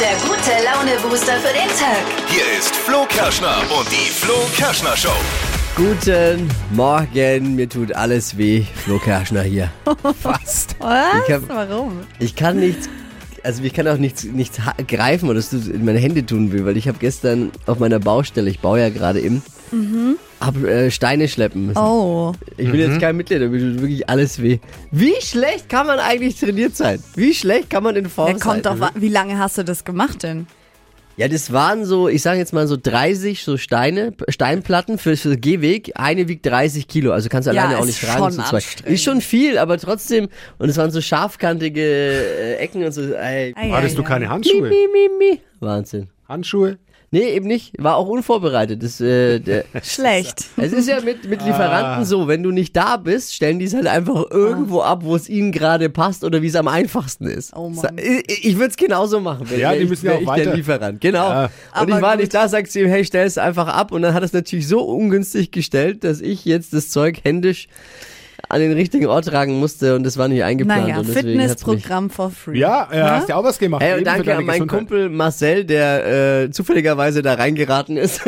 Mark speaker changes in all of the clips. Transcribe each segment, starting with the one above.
Speaker 1: der gute Laune-Booster für den Tag.
Speaker 2: Hier ist Flo Kerschner und die Flo Kerschner Show.
Speaker 3: Guten Morgen, mir tut alles weh. Flo Kerschner hier. Fast.
Speaker 4: Was?
Speaker 3: Ich hab-
Speaker 4: Warum?
Speaker 3: Ich kann nichts, also ich kann auch nichts, nichts ha- greifen oder es in meine Hände tun will, weil ich habe gestern auf meiner Baustelle, ich baue ja gerade eben, hab, äh, Steine schleppen müssen.
Speaker 4: Mhm. Oh.
Speaker 3: Ich bin jetzt kein Mitglied, aber mir tut wirklich alles weh. Wie schlecht kann man eigentlich trainiert sein? Wie schlecht kann man in Form
Speaker 4: Der kommt
Speaker 3: sein?
Speaker 4: doch. Wie lange hast du das gemacht denn?
Speaker 3: Ja, das waren so, ich sage jetzt mal so 30 so Steine, Steinplatten für, für den Gehweg. Eine wiegt 30 Kilo, also kannst du
Speaker 4: Ja,
Speaker 3: alleine auch
Speaker 4: ist
Speaker 3: nicht
Speaker 4: schon
Speaker 3: tragen zu zweit.
Speaker 4: anstrengend.
Speaker 3: Ist schon viel, aber trotzdem. Und es waren so scharfkantige äh, Ecken und so. Ey,
Speaker 4: Ei,
Speaker 5: Hattest
Speaker 4: ei,
Speaker 5: du
Speaker 4: ei.
Speaker 5: keine Handschuhe?
Speaker 3: mi, mi, mi. Wahnsinn.
Speaker 5: Handschuhe?
Speaker 3: Nee, eben nicht. War auch unvorbereitet. Das, äh, der,
Speaker 4: Schlecht.
Speaker 3: es ist ja mit,
Speaker 5: Ah.
Speaker 3: mit Lieferanten so, wenn du nicht da bist, stellen die es halt einfach irgendwo
Speaker 5: Ah.
Speaker 3: ab, wo es ihnen gerade passt oder wie es am einfachsten ist.
Speaker 4: Oh Mann.
Speaker 3: Ich, ich würde es genauso machen, wenn
Speaker 5: Ja,
Speaker 3: wär
Speaker 5: die
Speaker 3: ich,
Speaker 5: müssen ja
Speaker 3: wär
Speaker 5: auch
Speaker 3: ich der
Speaker 5: weiter.
Speaker 3: Lieferant. Genau.
Speaker 5: Ja.
Speaker 3: Und
Speaker 4: Aber
Speaker 3: ich war
Speaker 4: gut.
Speaker 3: nicht da, sag zu ihm, hey, stell es einfach ab. Und dann hat er es natürlich so ungünstig gestellt, dass ich jetzt das Zeug händisch an den richtigen Ort tragen musste und das war nicht eingeplant.
Speaker 4: Naja,
Speaker 3: und deswegen hat's mich-
Speaker 4: Fitnessprogramm for free. ne?
Speaker 5: Ja, äh, hast ja auch was gemacht.
Speaker 3: Hey,
Speaker 5: eben
Speaker 3: und
Speaker 5: für
Speaker 3: danke
Speaker 5: deine
Speaker 3: an meinen
Speaker 5: Gesundheit.
Speaker 3: Kumpel Marcel, der äh, zufälligerweise da reingeraten ist.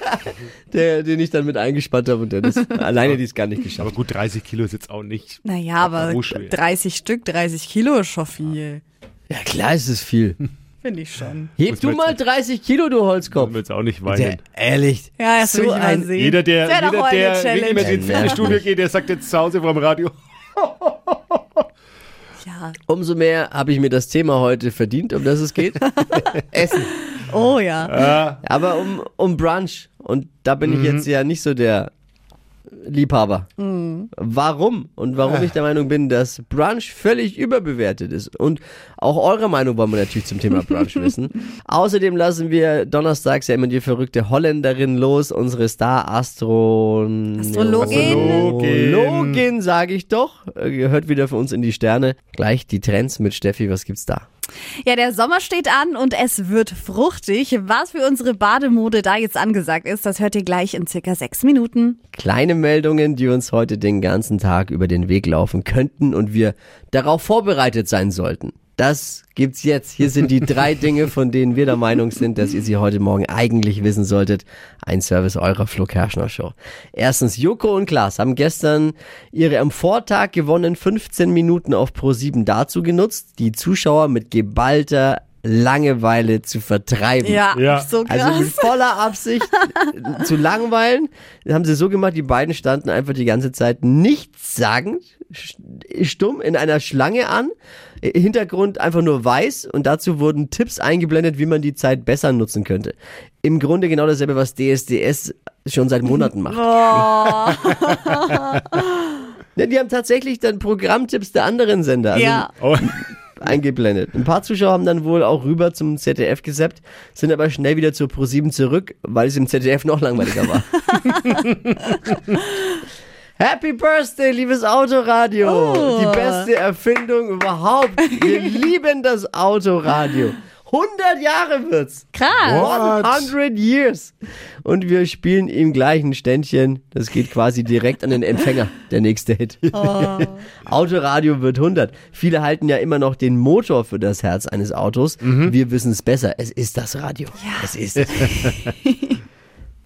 Speaker 3: der, den ich dann mit eingespannt habe und der das alleine die es gar nicht geschafft.
Speaker 5: Aber gut, 30 Kilo ist jetzt auch nicht.
Speaker 4: Naja, aber
Speaker 5: Oh, schwer.
Speaker 4: 30 Stück, 30 Kilo ist schon viel.
Speaker 3: Ja klar ist es viel.
Speaker 4: Finde ich schon.
Speaker 3: Heb
Speaker 5: Muss
Speaker 3: du
Speaker 5: man
Speaker 3: mal
Speaker 5: jetzt-
Speaker 3: 30 Kilo, du
Speaker 5: Kommen
Speaker 3: Holzkopf.
Speaker 5: wir jetzt auch nicht
Speaker 3: Der,
Speaker 5: weinen.
Speaker 3: ehrlich.
Speaker 4: Ja, das will
Speaker 3: so
Speaker 4: ich mal
Speaker 3: ein,
Speaker 4: sehen.
Speaker 5: Jeder, der,
Speaker 4: Wäre doch
Speaker 5: jeder,
Speaker 4: mal eine
Speaker 5: der
Speaker 4: Challenge.
Speaker 5: wegen immer ins
Speaker 3: Ja.
Speaker 5: Fitnessstudio geht, der sagt jetzt zu Hause vorm Radio.
Speaker 4: Ja.
Speaker 3: Umso mehr habe ich mir das Thema heute verdient, um das es geht. Essen.
Speaker 4: Oh ja.
Speaker 5: Äh,
Speaker 3: Aber um, um Brunch. Und da bin ich jetzt ja nicht so der Liebhaber. Warum? Und warum ich der Meinung bin, dass Brunch völlig überbewertet ist. Und auch eure Meinung wollen wir natürlich zum Thema Brunch wissen. Außerdem lassen wir donnerstags ja immer die verrückte Holländerin los, unsere Star-Astron...
Speaker 4: Astrologin.
Speaker 5: also-
Speaker 3: Astrologin, sage ich doch. Äh, Gehört wieder für uns in die Sterne. Gleich die Trends mit Steffi. Was gibt's da?
Speaker 4: Ja, der Sommer steht an und es wird fruchtig. Was für unsere Bademode da jetzt angesagt ist, das hört ihr gleich in circa sechs Minuten.
Speaker 3: kleine Meldungen, die uns heute den ganzen Tag über den Weg laufen könnten und wir darauf vorbereitet sein sollten. Das gibt's jetzt. Hier sind die drei Dinge, von denen wir der Meinung sind, dass ihr sie heute Morgen eigentlich wissen solltet. Ein Service eurer Flo Kerschner Show. Erstens, Joko und Klaas haben gestern ihre am Vortag gewonnenen 15 Minuten auf Pro7 dazu genutzt, die Zuschauer mit geballter Langeweile zu vertreiben.
Speaker 4: Ja,
Speaker 5: Ja.
Speaker 4: so krass.
Speaker 3: Also mit voller Absicht zu langweilen. Das haben sie so gemacht, die beiden standen einfach die ganze Zeit nichts sagend, stumm in einer Schlange an. Äh, Hintergrund einfach nur weiß und dazu wurden Tipps eingeblendet, wie man die Zeit besser nutzen könnte. Im Grunde genau dasselbe, was DSDS schon seit Monaten macht.
Speaker 4: Oh.
Speaker 3: Ja, die haben tatsächlich dann Programmtipps der anderen Sender. Also
Speaker 4: ja.
Speaker 5: Oh,
Speaker 3: eingeblendet. Ein paar Zuschauer haben dann wohl auch rüber zum ZDF gesappt, sind aber schnell wieder zur ProSieben zurück, weil es im ZDF noch langweiliger war. Happy Birthday, liebes Autoradio!
Speaker 4: Oh.
Speaker 3: Die beste Erfindung überhaupt. Wir lieben das Autoradio. 100 Jahre wird's.
Speaker 4: Krass.
Speaker 5: What?
Speaker 3: 100 Years. Und wir spielen ihm gleich ein Ständchen. Das geht quasi direkt an den Empfänger, der nächste Hit.
Speaker 5: Oh.
Speaker 3: Autoradio wird 100. Viele halten ja immer noch den Motor für das Herz eines Autos.
Speaker 5: Mhm.
Speaker 3: Wir wissen es besser. Es ist das Radio. Es ist. es.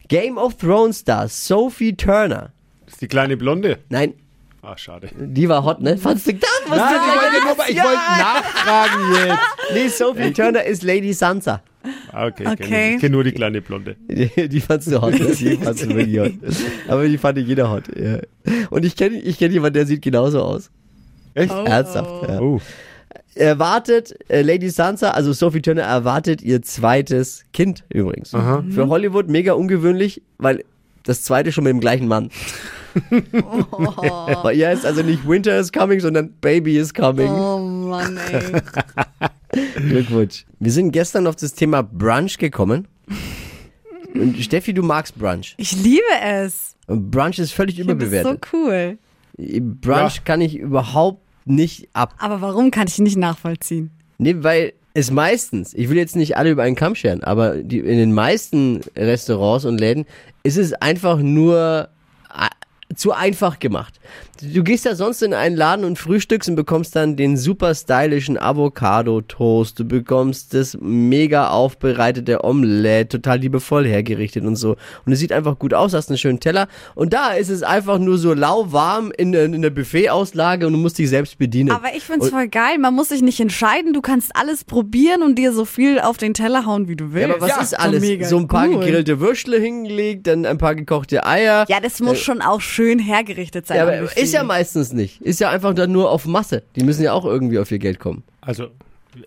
Speaker 3: Game of Thrones Star Sophie Turner.
Speaker 5: ist die kleine Blonde.
Speaker 3: Nein,
Speaker 5: Ah, schade.
Speaker 3: die war hot, ne? Fandst du das? Was
Speaker 5: Nein,
Speaker 3: du
Speaker 5: ich wollte, nur mal- ich wollte nachfragen jetzt.
Speaker 3: nee, Sophie Turner ist Lady Sansa.
Speaker 5: Ah, okay,
Speaker 4: Okay.
Speaker 5: okay. Ich kenne nur die kleine Blonde.
Speaker 3: Die, die fandst du hot. ne? Die fandst du wirklich hot. Aber die fand jeder hot. Ja. Und ich kenne ich kenn jemanden, der sieht genauso aus.
Speaker 5: Echt?
Speaker 3: Ernsthaft. Ja.
Speaker 5: Oh.
Speaker 3: Erwartet äh, Lady Sansa, also Sophie Turner, erwartet ihr zweites Kind übrigens. Für Hollywood mega ungewöhnlich, weil das zweite schon mit dem gleichen Mann. Bei ihr ist also nicht Winter is coming, sondern Baby is coming.
Speaker 4: Oh Mann, ey.
Speaker 3: Glückwunsch. Wir sind gestern auf das Thema Brunch gekommen. Und Steffi, du magst Brunch.
Speaker 4: Ich liebe es.
Speaker 3: Und Brunch ist völlig
Speaker 4: Ich finde das so
Speaker 3: überbewertet.
Speaker 4: cool.
Speaker 3: Brunch
Speaker 5: Ja.
Speaker 3: kann ich überhaupt nicht ab.
Speaker 4: Aber warum kann ich nicht nachvollziehen?
Speaker 3: Nee, weil es meistens, ich will jetzt nicht alle über einen Kamm scheren, aber die, in den meisten Restaurants und Läden ist es einfach nur a- zu einfach gemacht. Du gehst ja sonst in einen Laden und frühstückst und bekommst dann den super stylischen Avocado-Toast. Du bekommst das mega aufbereitete Omelette, total liebevoll hergerichtet und so. Und es sieht einfach gut aus, hast einen schönen Teller. Und da ist es einfach nur so lauwarm in, der- in der Buffet-Auslage und du musst dich selbst bedienen.
Speaker 4: Aber ich find's voll geil. Man muss sich nicht entscheiden. Du kannst alles probieren und dir so viel auf den Teller hauen, wie du willst.
Speaker 3: Ja, aber was ist alles?
Speaker 4: mega
Speaker 3: so ein paar
Speaker 4: cool.
Speaker 3: gegrillte Würstle hingelegt, dann ein paar gekochte Eier.
Speaker 4: Ja, das muss schon auch schön hergerichtet sein.
Speaker 3: Äh. Ja,
Speaker 4: am
Speaker 3: aber
Speaker 4: Buffet.
Speaker 3: ist ja meistens nicht. Ist ja einfach dann nur auf Masse. Die müssen ja auch irgendwie auf ihr Geld kommen.
Speaker 5: Also,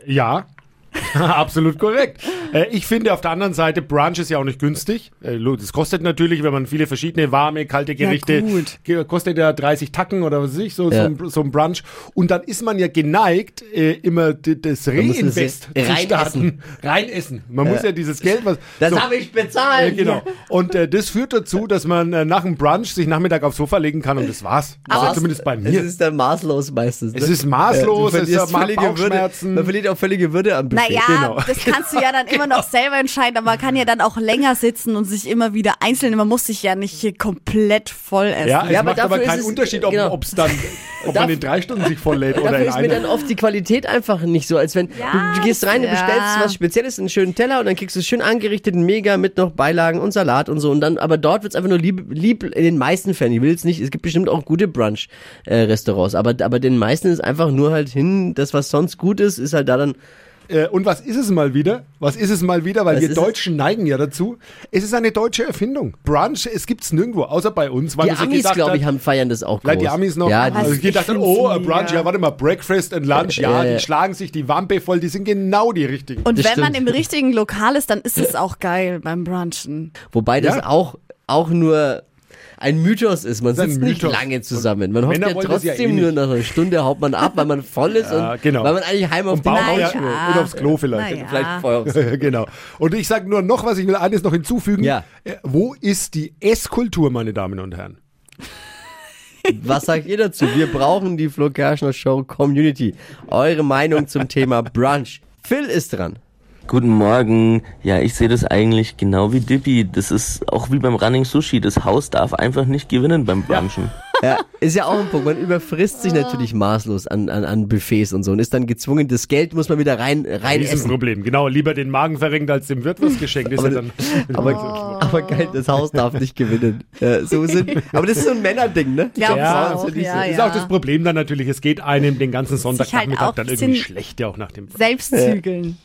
Speaker 5: ja, absolut korrekt. Äh, ich finde auf der anderen Seite, Brunch ist ja auch nicht günstig. Äh, lo- Das kostet natürlich, wenn man viele verschiedene warme, kalte Gerichte,
Speaker 4: gut.
Speaker 5: ge- kostet ja 30 Tacken oder was weiß ich, so,
Speaker 3: Ja.
Speaker 5: so, ein, so ein Brunch. Und dann ist man ja geneigt, äh, immer d-
Speaker 3: muss
Speaker 5: das
Speaker 3: man
Speaker 5: Reinvest
Speaker 3: sehr-
Speaker 5: zu
Speaker 3: rein
Speaker 5: starten. Reinessen. Man muss ja dieses Geld, was...
Speaker 3: Das
Speaker 5: so,
Speaker 3: habe ich bezahlt.
Speaker 5: äh, Genau. Und äh, das führt dazu, dass man äh, nach dem Brunch sich Nachmittag aufs Sofa legen kann und das war's. Also
Speaker 3: Maß-
Speaker 5: zumindest bei mir.
Speaker 3: Es ist dann maßlos meistens. ne?
Speaker 5: Es ist maßlos,
Speaker 3: Ja, du
Speaker 5: es
Speaker 3: verlierst
Speaker 5: macht
Speaker 3: völlige Würde,
Speaker 5: Bauchschmerzen.
Speaker 3: man verliert auch völlige Würde am Buffet.
Speaker 4: Naja,
Speaker 5: Genau.
Speaker 4: das kannst du ja dann immer
Speaker 3: Genau.
Speaker 4: noch selber entscheiden, aber man kann ja dann auch länger sitzen und sich immer wieder einzeln. Man muss sich ja nicht hier komplett voll essen.
Speaker 5: Ja, es
Speaker 3: Ja, aber
Speaker 5: macht aber,
Speaker 3: dafür ist
Speaker 5: keinen
Speaker 3: es-
Speaker 5: Unterschied, ob
Speaker 3: genau.
Speaker 5: es dann, ob man in drei Stunden sich volllädt oder
Speaker 3: Dafür
Speaker 5: in
Speaker 3: ist mir dann
Speaker 5: einer.
Speaker 3: oft die Qualität einfach nicht so, als wenn
Speaker 4: Ja,
Speaker 3: du, du gehst rein und
Speaker 4: ja.
Speaker 3: bestellst was Spezielles, einen schönen Teller und dann kriegst du es schön angerichtet, mega mit noch Beilagen und Salat und so und dann, aber dort wird's einfach nur lieb, lieb in den meisten Fällen, ich will es nicht, es gibt bestimmt auch gute Brunch-Restaurants, aber, aber den meisten ist einfach nur halt hin, das was sonst gut ist, ist halt da dann,
Speaker 5: Äh, und was ist es mal wieder? Was ist es mal wieder? Weil
Speaker 3: Was
Speaker 5: wir
Speaker 3: ist
Speaker 5: Deutschen neigen ja dazu. Es ist eine deutsche Erfindung. Brunch, es gibt es nirgendwo, außer bei uns. Weil
Speaker 3: die
Speaker 5: man sich
Speaker 3: Amis
Speaker 5: gedacht
Speaker 3: glaube ich
Speaker 5: hat-
Speaker 3: haben, feiern das auch groß.
Speaker 5: Vielleicht die Amis noch.
Speaker 3: Ja,
Speaker 5: also
Speaker 3: die, Äh,
Speaker 5: ich gedacht,
Speaker 4: find's
Speaker 5: oh, ein
Speaker 4: mega.
Speaker 5: Brunch, ja, warte mal, Breakfast and Lunch, ja,
Speaker 3: Ja, ja.
Speaker 5: die schlagen sich die Wampe voll, die sind genau die richtigen.
Speaker 4: Und wenn
Speaker 3: das
Speaker 4: man im
Speaker 3: stimmt.
Speaker 4: richtigen Lokal ist, dann ist es auch geil beim Brunchen.
Speaker 3: wobei das
Speaker 5: Ja.
Speaker 3: auch, auch nur... Ein Mythos ist, man
Speaker 5: Das ist ein
Speaker 3: sitzt nicht
Speaker 5: Mythos.
Speaker 3: lange zusammen. Man hofft
Speaker 5: Männer
Speaker 3: ja
Speaker 5: wollen das ja eh
Speaker 3: trotzdem nur
Speaker 5: nicht.
Speaker 3: nach einer Stunde haut man ab, weil man voll ist
Speaker 5: Ja,
Speaker 3: und
Speaker 5: genau.
Speaker 3: weil man eigentlich heim auf
Speaker 5: und
Speaker 3: die
Speaker 5: bauen
Speaker 3: Couch
Speaker 5: ja,
Speaker 3: will.
Speaker 4: ja.
Speaker 5: und aufs Klo vielleicht.
Speaker 4: Naja.
Speaker 3: Vielleicht Feuer aufs
Speaker 5: genau. Und ich sage nur noch was, ich will eines noch hinzufügen.
Speaker 3: Ja.
Speaker 5: Äh, Wo ist die Esskultur, meine Damen und Herren?
Speaker 3: Was sagt ihr dazu? Wir brauchen die Flo Kerschner Show Community. Eure Meinung zum Thema Brunch. Phil ist dran.
Speaker 6: Guten Morgen. Ja, ich sehe das eigentlich genau wie Dippi. Das ist auch wie beim Running Sushi. Das Haus darf einfach nicht gewinnen beim Brunchen.
Speaker 3: Ja, ist ja auch ein Punkt. Man überfrisst sich natürlich maßlos an, an, an Buffets und so und ist dann gezwungen, das Geld muss man wieder rein, rein essen.
Speaker 5: Riesenproblem. Genau, lieber den Magen verrenkt, als dem Wirt was geschenkt. Ist ja dann
Speaker 3: Aber,
Speaker 4: Oh.
Speaker 3: aber geil, das Haus darf nicht gewinnen. Ja, so sind, aber das ist so ein Männerding, ne?
Speaker 4: Ja,
Speaker 5: ja,
Speaker 4: auch,
Speaker 5: ist, ja
Speaker 4: ja,
Speaker 5: ist
Speaker 4: ja. halt
Speaker 5: auch das Problem dann natürlich. Es geht einem den ganzen Sonntagnachmittag
Speaker 4: auch
Speaker 5: dann
Speaker 4: ein
Speaker 5: irgendwie
Speaker 4: bisschen-
Speaker 5: schlecht, ja auch nach dem
Speaker 4: Selbst zügeln.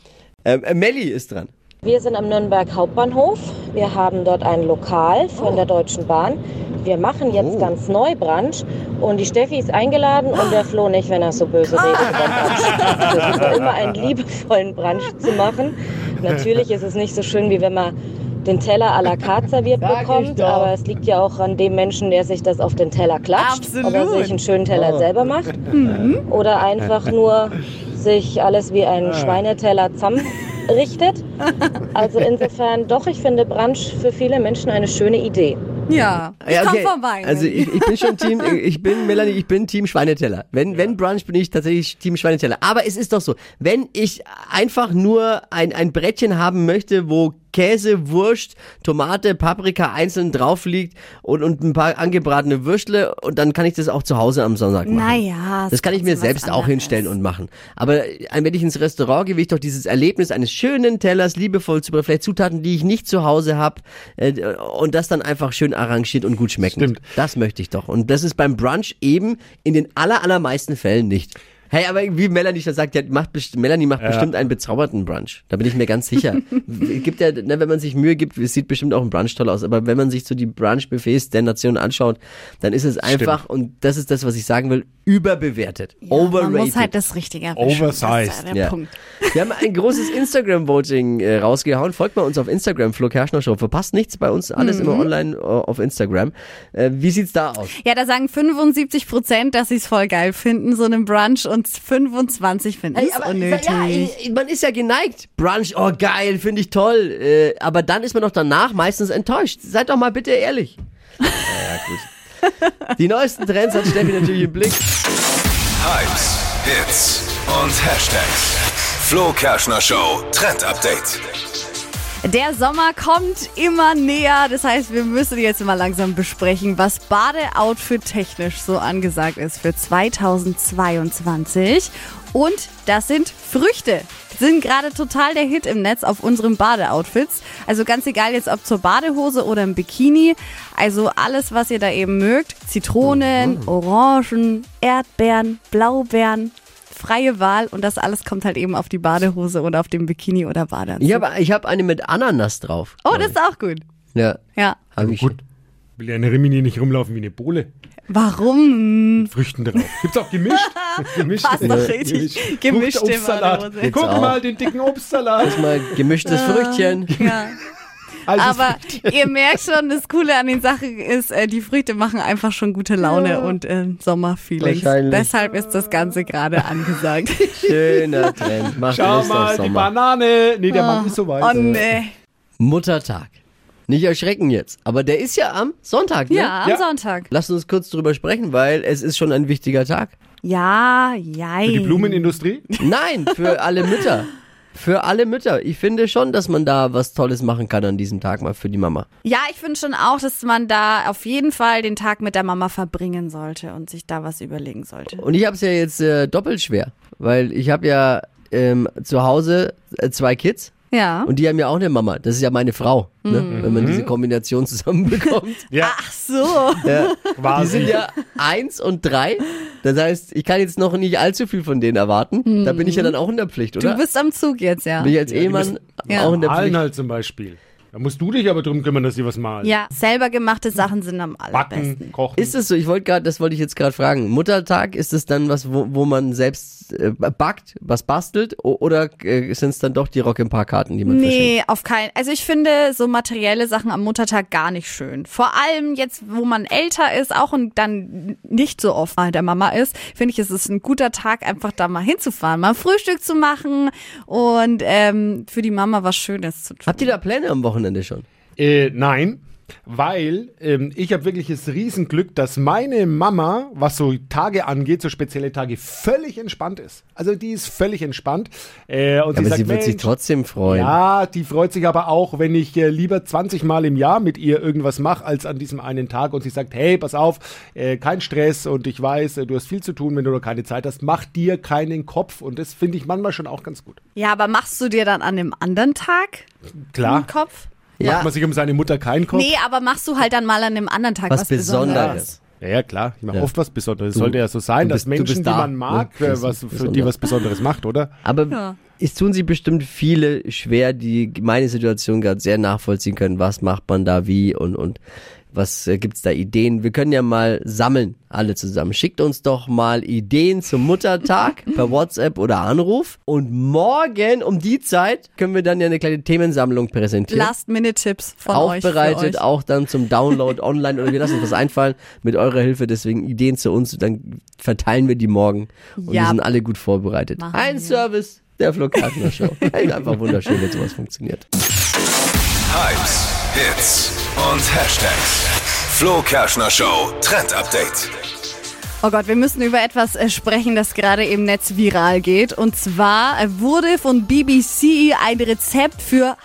Speaker 3: Ähm, äh, Melli ist dran.
Speaker 7: Wir sind am Nürnberg Hauptbahnhof. Wir haben dort ein Lokal von der Deutschen Bahn. Wir machen jetzt
Speaker 3: Oh.
Speaker 7: ganz neu Brunch und die Steffi ist eingeladen und der Flo nicht, wenn er so böse redet. Wir versuchen immer einen liebevollen Brunch zu machen. Natürlich ist es nicht so schön, wie wenn man den Teller à la carte serviert
Speaker 3: Sag ich
Speaker 7: bekommt,
Speaker 3: doch.
Speaker 7: aber es liegt ja auch an dem Menschen, der sich das auf den Teller klatscht, ob er
Speaker 4: Absolut.
Speaker 7: sich einen schönen Teller selber macht oder einfach nur sich alles wie ein Schweineteller zusammenrichtet. Also insofern, doch, ich finde Brunch für viele Menschen eine schöne Idee.
Speaker 4: Ja, ich
Speaker 3: Ja,
Speaker 4: komm
Speaker 3: okay.
Speaker 4: vorbei.
Speaker 3: Also ich, ich bin schon Team, ich bin Melanie, ich bin Team Schweineteller. Wenn, wenn Brunch bin ich tatsächlich Team Schweineteller. Aber es ist doch so, wenn ich einfach nur ein, ein Brettchen haben möchte, wo Käse, Wurst, Tomate, Paprika einzeln drauf liegt und, und ein paar angebratene Würstle und dann kann ich das auch zu Hause am Sonntag machen.
Speaker 4: Naja,
Speaker 3: Das kann ich mir
Speaker 4: trotzdem was
Speaker 3: selbst auch
Speaker 4: anderes.
Speaker 3: hinstellen und machen. Aber ein- wenn ich ins Restaurant gehe, will ich doch dieses Erlebnis eines schönen Tellers liebevoll zu vielleicht Zutaten, die ich nicht zu Hause habe äh, und das dann einfach schön arrangiert und gut schmeckend.
Speaker 5: Stimmt.
Speaker 3: Das möchte ich doch. Und das ist beim Brunch eben in den aller, allermeisten Fällen nicht. Hey, aber wie Melanie schon sagt, die hat- macht best- Melanie macht bestimmt einen bezauberten Brunch. Da bin ich mir ganz sicher. W- gibt ja, ne, wenn man sich Mühe gibt, es sieht bestimmt auch ein Brunch toll aus. Aber wenn man sich so die Brunch-Buffets der Nation anschaut, dann ist es einfach, und das ist das, was ich sagen will, überbewertet.
Speaker 4: Man
Speaker 3: overrated.
Speaker 4: muss halt das Richtige erwischen. Das ist
Speaker 5: Oversized.
Speaker 4: der
Speaker 3: Ja.
Speaker 4: Punkt.
Speaker 3: Wir haben ein großes Instagram-Voting äh, rausgehauen. Folgt mal uns auf Instagram, Flo Kerschner Show. Verpasst nichts bei uns, alles immer online äh, auf Instagram. Äh, wie sieht's da aus?
Speaker 4: Ja, da sagen 75 Prozent, dass sie es voll geil finden, so einen Brunch, und 25 finden
Speaker 3: Ey,
Speaker 4: es
Speaker 3: aber
Speaker 4: unnötig.
Speaker 3: Ja, ich- man ist ja geneigt. Brunch, oh geil, finde ich toll. Äh, aber dann ist man doch danach meistens enttäuscht. Seid doch mal bitte ehrlich. Naja, gut. Die neuesten Trends hat Steffi natürlich im Blick.
Speaker 2: Hypes, Hits und Hashtags. Flo Kerschner Show Trend Update.
Speaker 4: Der Sommer kommt immer näher. Das heißt, wir müssen jetzt mal langsam besprechen, was Badeoutfit technisch so angesagt ist für 2022. Und das sind Früchte. Sind gerade total der Hit im Netz auf unseren Badeoutfits. Also ganz egal jetzt ob zur Badehose oder im Bikini. Also alles, was ihr da eben mögt. Zitronen, Orangen, Erdbeeren, Blaubeeren. Freie Wahl und das alles kommt halt eben auf die Badehose oder auf dem Bikini oder Badeanzug.
Speaker 3: Ich habe ich hab eine mit Ananas drauf.
Speaker 4: Oh, das ist auch gut.
Speaker 3: Ja.
Speaker 4: Ja.
Speaker 3: Hab ich.
Speaker 5: Gut. Will ja eine Rimini nicht rumlaufen wie eine Bohle.
Speaker 4: Warum?
Speaker 5: Mit Früchten drauf. Gibt's auch gemischt? gemischt.
Speaker 4: Passt doch richtig. Gemischte
Speaker 5: Frucht- Obstsalat.
Speaker 4: Badehose.
Speaker 5: Guck
Speaker 3: auch.
Speaker 5: mal, den dicken Obstsalat.
Speaker 3: Mal gemischtes Früchtchen.
Speaker 4: Ja.
Speaker 5: Also
Speaker 4: Aber ihr merkt schon, das Coole an den Sachen ist, äh, die Früchte machen einfach schon gute Laune und äh, Sommerfeelings.
Speaker 3: Wahrscheinlich.
Speaker 4: Deshalb ist das Ganze gerade angesagt.
Speaker 3: Schöner Trend. Macht
Speaker 5: Schau
Speaker 3: Lust auf
Speaker 5: mal, die
Speaker 3: Sommer.
Speaker 5: Banane. Nee, der Mann ist so
Speaker 4: oh
Speaker 5: weit.
Speaker 4: nee.
Speaker 3: Muttertag. Nicht erschrecken jetzt. Aber der ist ja am Sonntag, ne?
Speaker 4: Ja, am
Speaker 5: Ja.
Speaker 4: Sonntag.
Speaker 3: Lass uns kurz drüber sprechen, weil es ist schon ein wichtiger Tag.
Speaker 4: Ja, jein.
Speaker 5: Für die Blumenindustrie?
Speaker 3: Nein, für alle Mütter. Für alle Mütter. Ich finde schon, dass man da was Tolles machen kann an diesem Tag mal für die Mama.
Speaker 4: Ja, ich finde schon auch, dass man da auf jeden Fall den Tag mit der Mama verbringen sollte und sich da was überlegen sollte.
Speaker 3: Und ich habe es ja jetzt äh, doppelt schwer, weil ich habe ja ähm, zu Hause äh, zwei Kids
Speaker 4: Ja.
Speaker 3: und die haben ja auch eine Mama. Das ist ja meine Frau, ne? wenn man diese Kombination zusammenbekommt.
Speaker 5: Ja,
Speaker 4: Ach so.
Speaker 3: ja. Die
Speaker 5: quasi.
Speaker 3: sind ja eins und drei. Das heißt, ich kann jetzt noch nicht allzu viel von denen erwarten. Da bin ich ja dann auch in der Pflicht, oder?
Speaker 4: Hm. Du bist am Zug jetzt, ja.
Speaker 3: bin ich als
Speaker 5: Ja, die
Speaker 3: Ehemann
Speaker 4: Ja.
Speaker 3: auch in der
Speaker 5: Malen
Speaker 3: Pflicht.
Speaker 5: halt zum Beispiel. Da musst du dich aber drum kümmern, dass die was malen.
Speaker 4: Ja, selber gemachte Sachen sind am allerbesten.
Speaker 5: Backen, kochen.
Speaker 3: Ist es so? Ich wollte gerade, das wollte ich jetzt gerade fragen. Muttertag ist es dann was, wo, wo man selbst äh, backt, was bastelt, o- oder äh, sind es dann doch die Rock im Park Karten, die man verschenkt?
Speaker 4: Nee, auf keinen. Also ich finde so materielle Sachen am Muttertag gar nicht schön. Vor allem jetzt, wo man älter ist, auch und dann nicht so oft bei der Mama ist, finde ich, es ist ein guter Tag, einfach da mal hinzufahren, mal Frühstück zu machen und ähm, für die Mama was Schönes zu tun.
Speaker 3: Habt ihr da Pläne am Wochenende schon?
Speaker 5: Äh, nein, weil ähm, ich habe wirklich das Riesenglück, dass meine Mama, was so Tage angeht, so spezielle Tage, völlig entspannt ist. Also die ist völlig entspannt. Äh, und
Speaker 3: Ja,
Speaker 5: sie
Speaker 3: aber
Speaker 5: sagt,
Speaker 3: sie wird sich
Speaker 5: "Mensch,
Speaker 3: trotzdem freuen.
Speaker 5: Ja, die freut sich aber auch, wenn ich äh, lieber 20 Mal im Jahr mit ihr irgendwas mache, als an diesem einen Tag und sie sagt, hey, pass auf, äh, kein Stress und ich weiß, äh, du hast viel zu tun, wenn du noch keine Zeit hast, mach dir keinen Kopf und das finde ich manchmal schon auch ganz gut.
Speaker 4: Ja, aber machst du dir dann an einem anderen Tag
Speaker 5: Klar,
Speaker 4: einen Kopf?
Speaker 3: Ja.
Speaker 5: macht man sich um seine Mutter keinen Kopf.
Speaker 4: Nee, aber machst du halt dann mal an einem anderen Tag was,
Speaker 3: was, Besonderes.
Speaker 5: Ja, ja, klar. Ich mache
Speaker 3: Ja.
Speaker 5: oft was Besonderes. Sollte ja so sein,
Speaker 3: du bist-
Speaker 5: dass
Speaker 3: du
Speaker 5: Menschen,
Speaker 3: bist da,
Speaker 5: die man mag,
Speaker 3: ne?
Speaker 5: äh,
Speaker 3: Das
Speaker 5: was,
Speaker 3: ist
Speaker 5: für die
Speaker 3: besonders.
Speaker 5: was Besonderes macht, oder?
Speaker 3: Aber
Speaker 4: Ja.
Speaker 3: es tun sich bestimmt viele schwer, die meine Situation gerade sehr nachvollziehen können. Was macht man da wie und, und was äh, gibt's da Ideen? Wir können ja mal sammeln, alle zusammen. Schickt uns doch mal Ideen zum Muttertag per WhatsApp oder Anruf. Und morgen um die Zeit können wir dann ja eine kleine Themensammlung präsentieren.
Speaker 4: Last-Minute-Tipps von euch. für
Speaker 3: Aufbereitet,
Speaker 4: euch.
Speaker 3: auch dann zum Download online oder wir lassen uns was einfallen mit eurer Hilfe. Deswegen Ideen zu uns, dann verteilen wir die morgen und
Speaker 4: Ja.
Speaker 3: wir sind alle gut vorbereitet.
Speaker 4: Machen
Speaker 3: Ein
Speaker 4: wir.
Speaker 3: Service der Flo Kartner Show. Ist einfach wunderschön, wenn sowas funktioniert.
Speaker 2: Hypes, Hits und Hashtags. Flo Kerschner Show Trend Update.
Speaker 4: Oh Gott, wir müssen über etwas äh, sprechen, das gerade im Netz viral geht. Und zwar äh, wurde von BBC ein Rezept für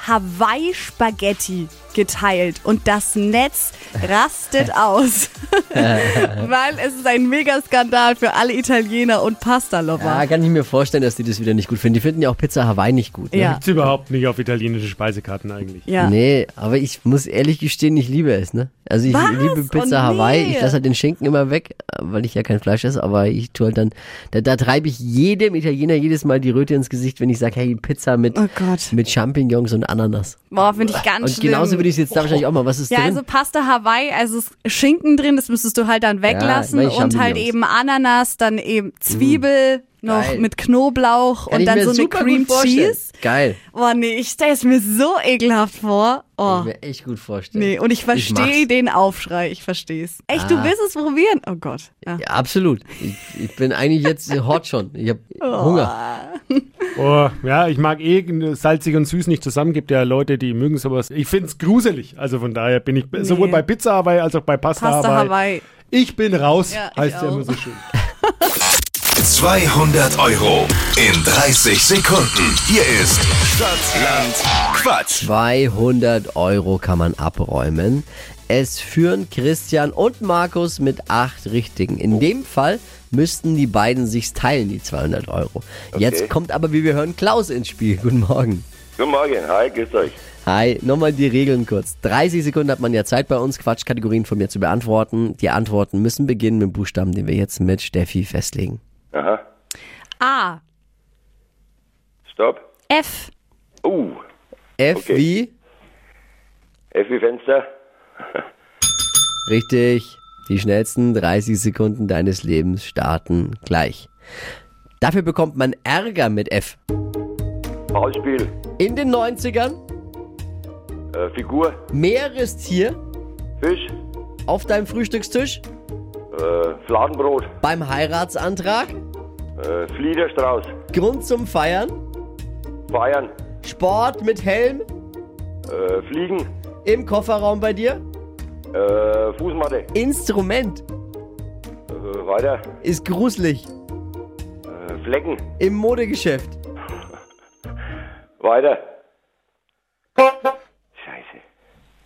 Speaker 4: Hawaii-Spaghetti geteilt. Und das Netz rastet aus. Weil es ist ein Megaskandal für alle Italiener und
Speaker 3: Ja,
Speaker 4: Pasta-Lover.
Speaker 3: kann ich mir vorstellen, dass die das wieder nicht gut finden. Die finden ja auch Pizza Hawaii nicht gut. Ne?
Speaker 4: Ja.
Speaker 5: Gibt's überhaupt nicht auf italienische Speisekarten eigentlich.
Speaker 4: Ja.
Speaker 3: Nee, aber ich muss ehrlich gestehen, ich liebe es, ne? Also ich
Speaker 4: Was?
Speaker 3: liebe
Speaker 4: Oh, nee.
Speaker 3: Pizza Hawaii. Ich lasse halt den Schinken immer weg, weil ich ja kein Fleisch esse, aber ich tue halt dann, da, da treibe ich jedem Italiener jedes Mal die Röte ins Gesicht, wenn ich sage, hey, Pizza mit,
Speaker 4: Oh Gott.
Speaker 3: mit Champignons und Ananas.
Speaker 4: Boah, finde ich ganz
Speaker 3: und
Speaker 4: schlimm.
Speaker 3: genauso würde ich es jetzt da wahrscheinlich auch mal, was ist
Speaker 4: Ja,
Speaker 3: drin?
Speaker 4: also Pasta Hawaii, also ist Schinken drin, das müsstest du halt dann weglassen
Speaker 3: meine
Speaker 4: und halt
Speaker 3: Champignons. Mm,
Speaker 4: eben Ananas, dann eben Zwiebel noch
Speaker 3: Geil.
Speaker 4: mit Knoblauch
Speaker 3: Kann
Speaker 4: und
Speaker 3: ich
Speaker 4: dann
Speaker 3: mir
Speaker 4: so eine
Speaker 3: super gut
Speaker 4: Cream
Speaker 3: vorstellen.
Speaker 4: Cheese.
Speaker 3: Geil.
Speaker 4: Oh nee, ich stelle es mir so ekelhaft
Speaker 3: Kann
Speaker 4: vor. Oh.
Speaker 3: ich mir echt gut vorstellen.
Speaker 4: Nee, und ich verstehe
Speaker 3: mach's.
Speaker 4: den Aufschrei, ich verstehe es. Echt, du
Speaker 3: Ah.
Speaker 4: willst es probieren? Oh Gott. Ja.
Speaker 3: Ja, absolut. Ich, ich bin eigentlich jetzt hot schon. Ich habe Hunger.
Speaker 5: Oh, ja, ich mag eh salzig und süß nicht zusammen. Gibt ja Leute, die mögen sowas. Ich find's gruselig. Also von daher bin ich sowohl bei Pizza Hawaii als auch bei Pasta,
Speaker 4: Pasta
Speaker 5: Hawaii.
Speaker 4: Hawaii.
Speaker 5: Ich bin raus,
Speaker 4: Ja, ich
Speaker 5: heißt ja
Speaker 4: auch.
Speaker 5: immer so schön.
Speaker 2: 200 Euro in 30 Sekunden. Hier ist Stadtland Quatsch.
Speaker 3: 200 Euro kann man abräumen. Es führen Christian und Markus mit acht Richtigen. In dem Fall müssten die beiden sich teilen, die 200 Euro. Jetzt kommt aber, wie wir hören, Klaus ins Spiel. Guten Morgen.
Speaker 8: Guten Morgen, hi, grüß euch.
Speaker 3: Hi, nochmal die Regeln kurz. 30 Sekunden hat man ja Zeit bei uns, Quatschkategorien von mir zu beantworten. Die Antworten müssen beginnen mit dem Buchstaben, den wir jetzt mit Steffi festlegen.
Speaker 8: Aha,
Speaker 4: A.
Speaker 8: stopp.
Speaker 4: F.
Speaker 8: Uh,
Speaker 3: F
Speaker 8: Okay.
Speaker 3: wie?
Speaker 8: Effi-Fenster.
Speaker 3: Richtig. Die schnellsten 30 Sekunden deines Lebens starten gleich. Dafür bekommt man Ärger mit F.
Speaker 8: Ballspiel.
Speaker 3: In den 90ern
Speaker 8: Äh, Figur.
Speaker 3: Meerestier
Speaker 8: Fisch.
Speaker 3: auf deinem Frühstückstisch
Speaker 8: Äh, Fladenbrot.
Speaker 3: beim Heiratsantrag
Speaker 8: Äh, Fliederstrauß.
Speaker 3: Grund zum Feiern
Speaker 8: Bayern.
Speaker 3: Sport mit Helm
Speaker 8: Äh, Fliegen.
Speaker 3: im Kofferraum bei dir
Speaker 8: Äh, Fußmatte.
Speaker 3: Instrument
Speaker 8: Äh, weiter.
Speaker 3: ist gruselig
Speaker 8: Äh, Flecken.
Speaker 3: im Modegeschäft
Speaker 8: Weiter. Scheiße.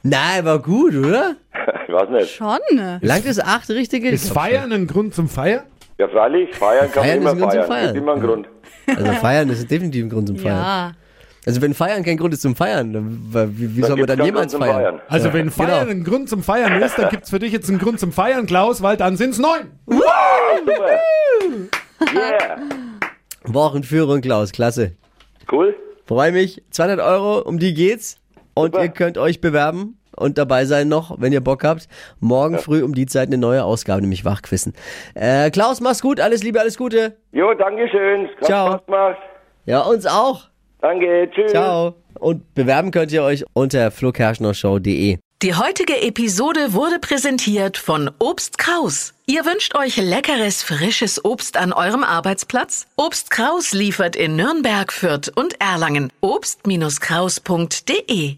Speaker 3: Na, war gut, oder?
Speaker 8: Ich weiß nicht.
Speaker 4: Schon.
Speaker 3: Langt es acht richtige?
Speaker 5: Ist Feiern ein Grund zum Feiern?
Speaker 8: Ja, freilich, feiern kann
Speaker 3: Feiern ist
Speaker 8: man
Speaker 3: ein
Speaker 8: immer
Speaker 3: Grund zum
Speaker 8: feiern.
Speaker 3: Feiern.
Speaker 8: Ist immer ein Grund.
Speaker 3: Also feiern ist definitiv ein Grund zum Feiern.
Speaker 4: Ja.
Speaker 3: Also wenn Feiern kein Grund ist zum Feiern, dann, wa- wie, wie soll man
Speaker 8: gibt's
Speaker 3: dann
Speaker 8: keinen
Speaker 3: jemals
Speaker 8: Grund zum
Speaker 3: feiern? Genau.
Speaker 5: Also wenn Feiern ein Grund zum Feiern ist, dann gibt's für dich jetzt einen Grund zum Feiern, Klaus, weil dann sind's neun.
Speaker 8: Super. Yeah.
Speaker 3: Wochenführung, Klaus, klasse.
Speaker 8: Cool.
Speaker 3: Freue mich. 200 Euro, um die geht's. Und
Speaker 8: Super.
Speaker 3: ihr könnt euch bewerben und dabei sein noch, wenn ihr Bock habt. Morgen früh um die Zeit eine neue Ausgabe, nämlich Wachquissen. Äh, Klaus, mach's gut, alles Liebe, alles Gute.
Speaker 8: Jo, Dankeschön. Hat
Speaker 3: Ciao.
Speaker 8: Spaß gemacht.
Speaker 3: Ja, uns auch.
Speaker 8: Danke, tschüss.
Speaker 3: Ciao. Und bewerben könnt ihr euch unter flokerschnershow.de.
Speaker 9: Die heutige Episode wurde präsentiert von Obst Kraus. Ihr wünscht euch leckeres, frisches Obst an eurem Arbeitsplatz? Obst Kraus liefert in Nürnberg, Fürth und Erlangen. Obst-Kraus.de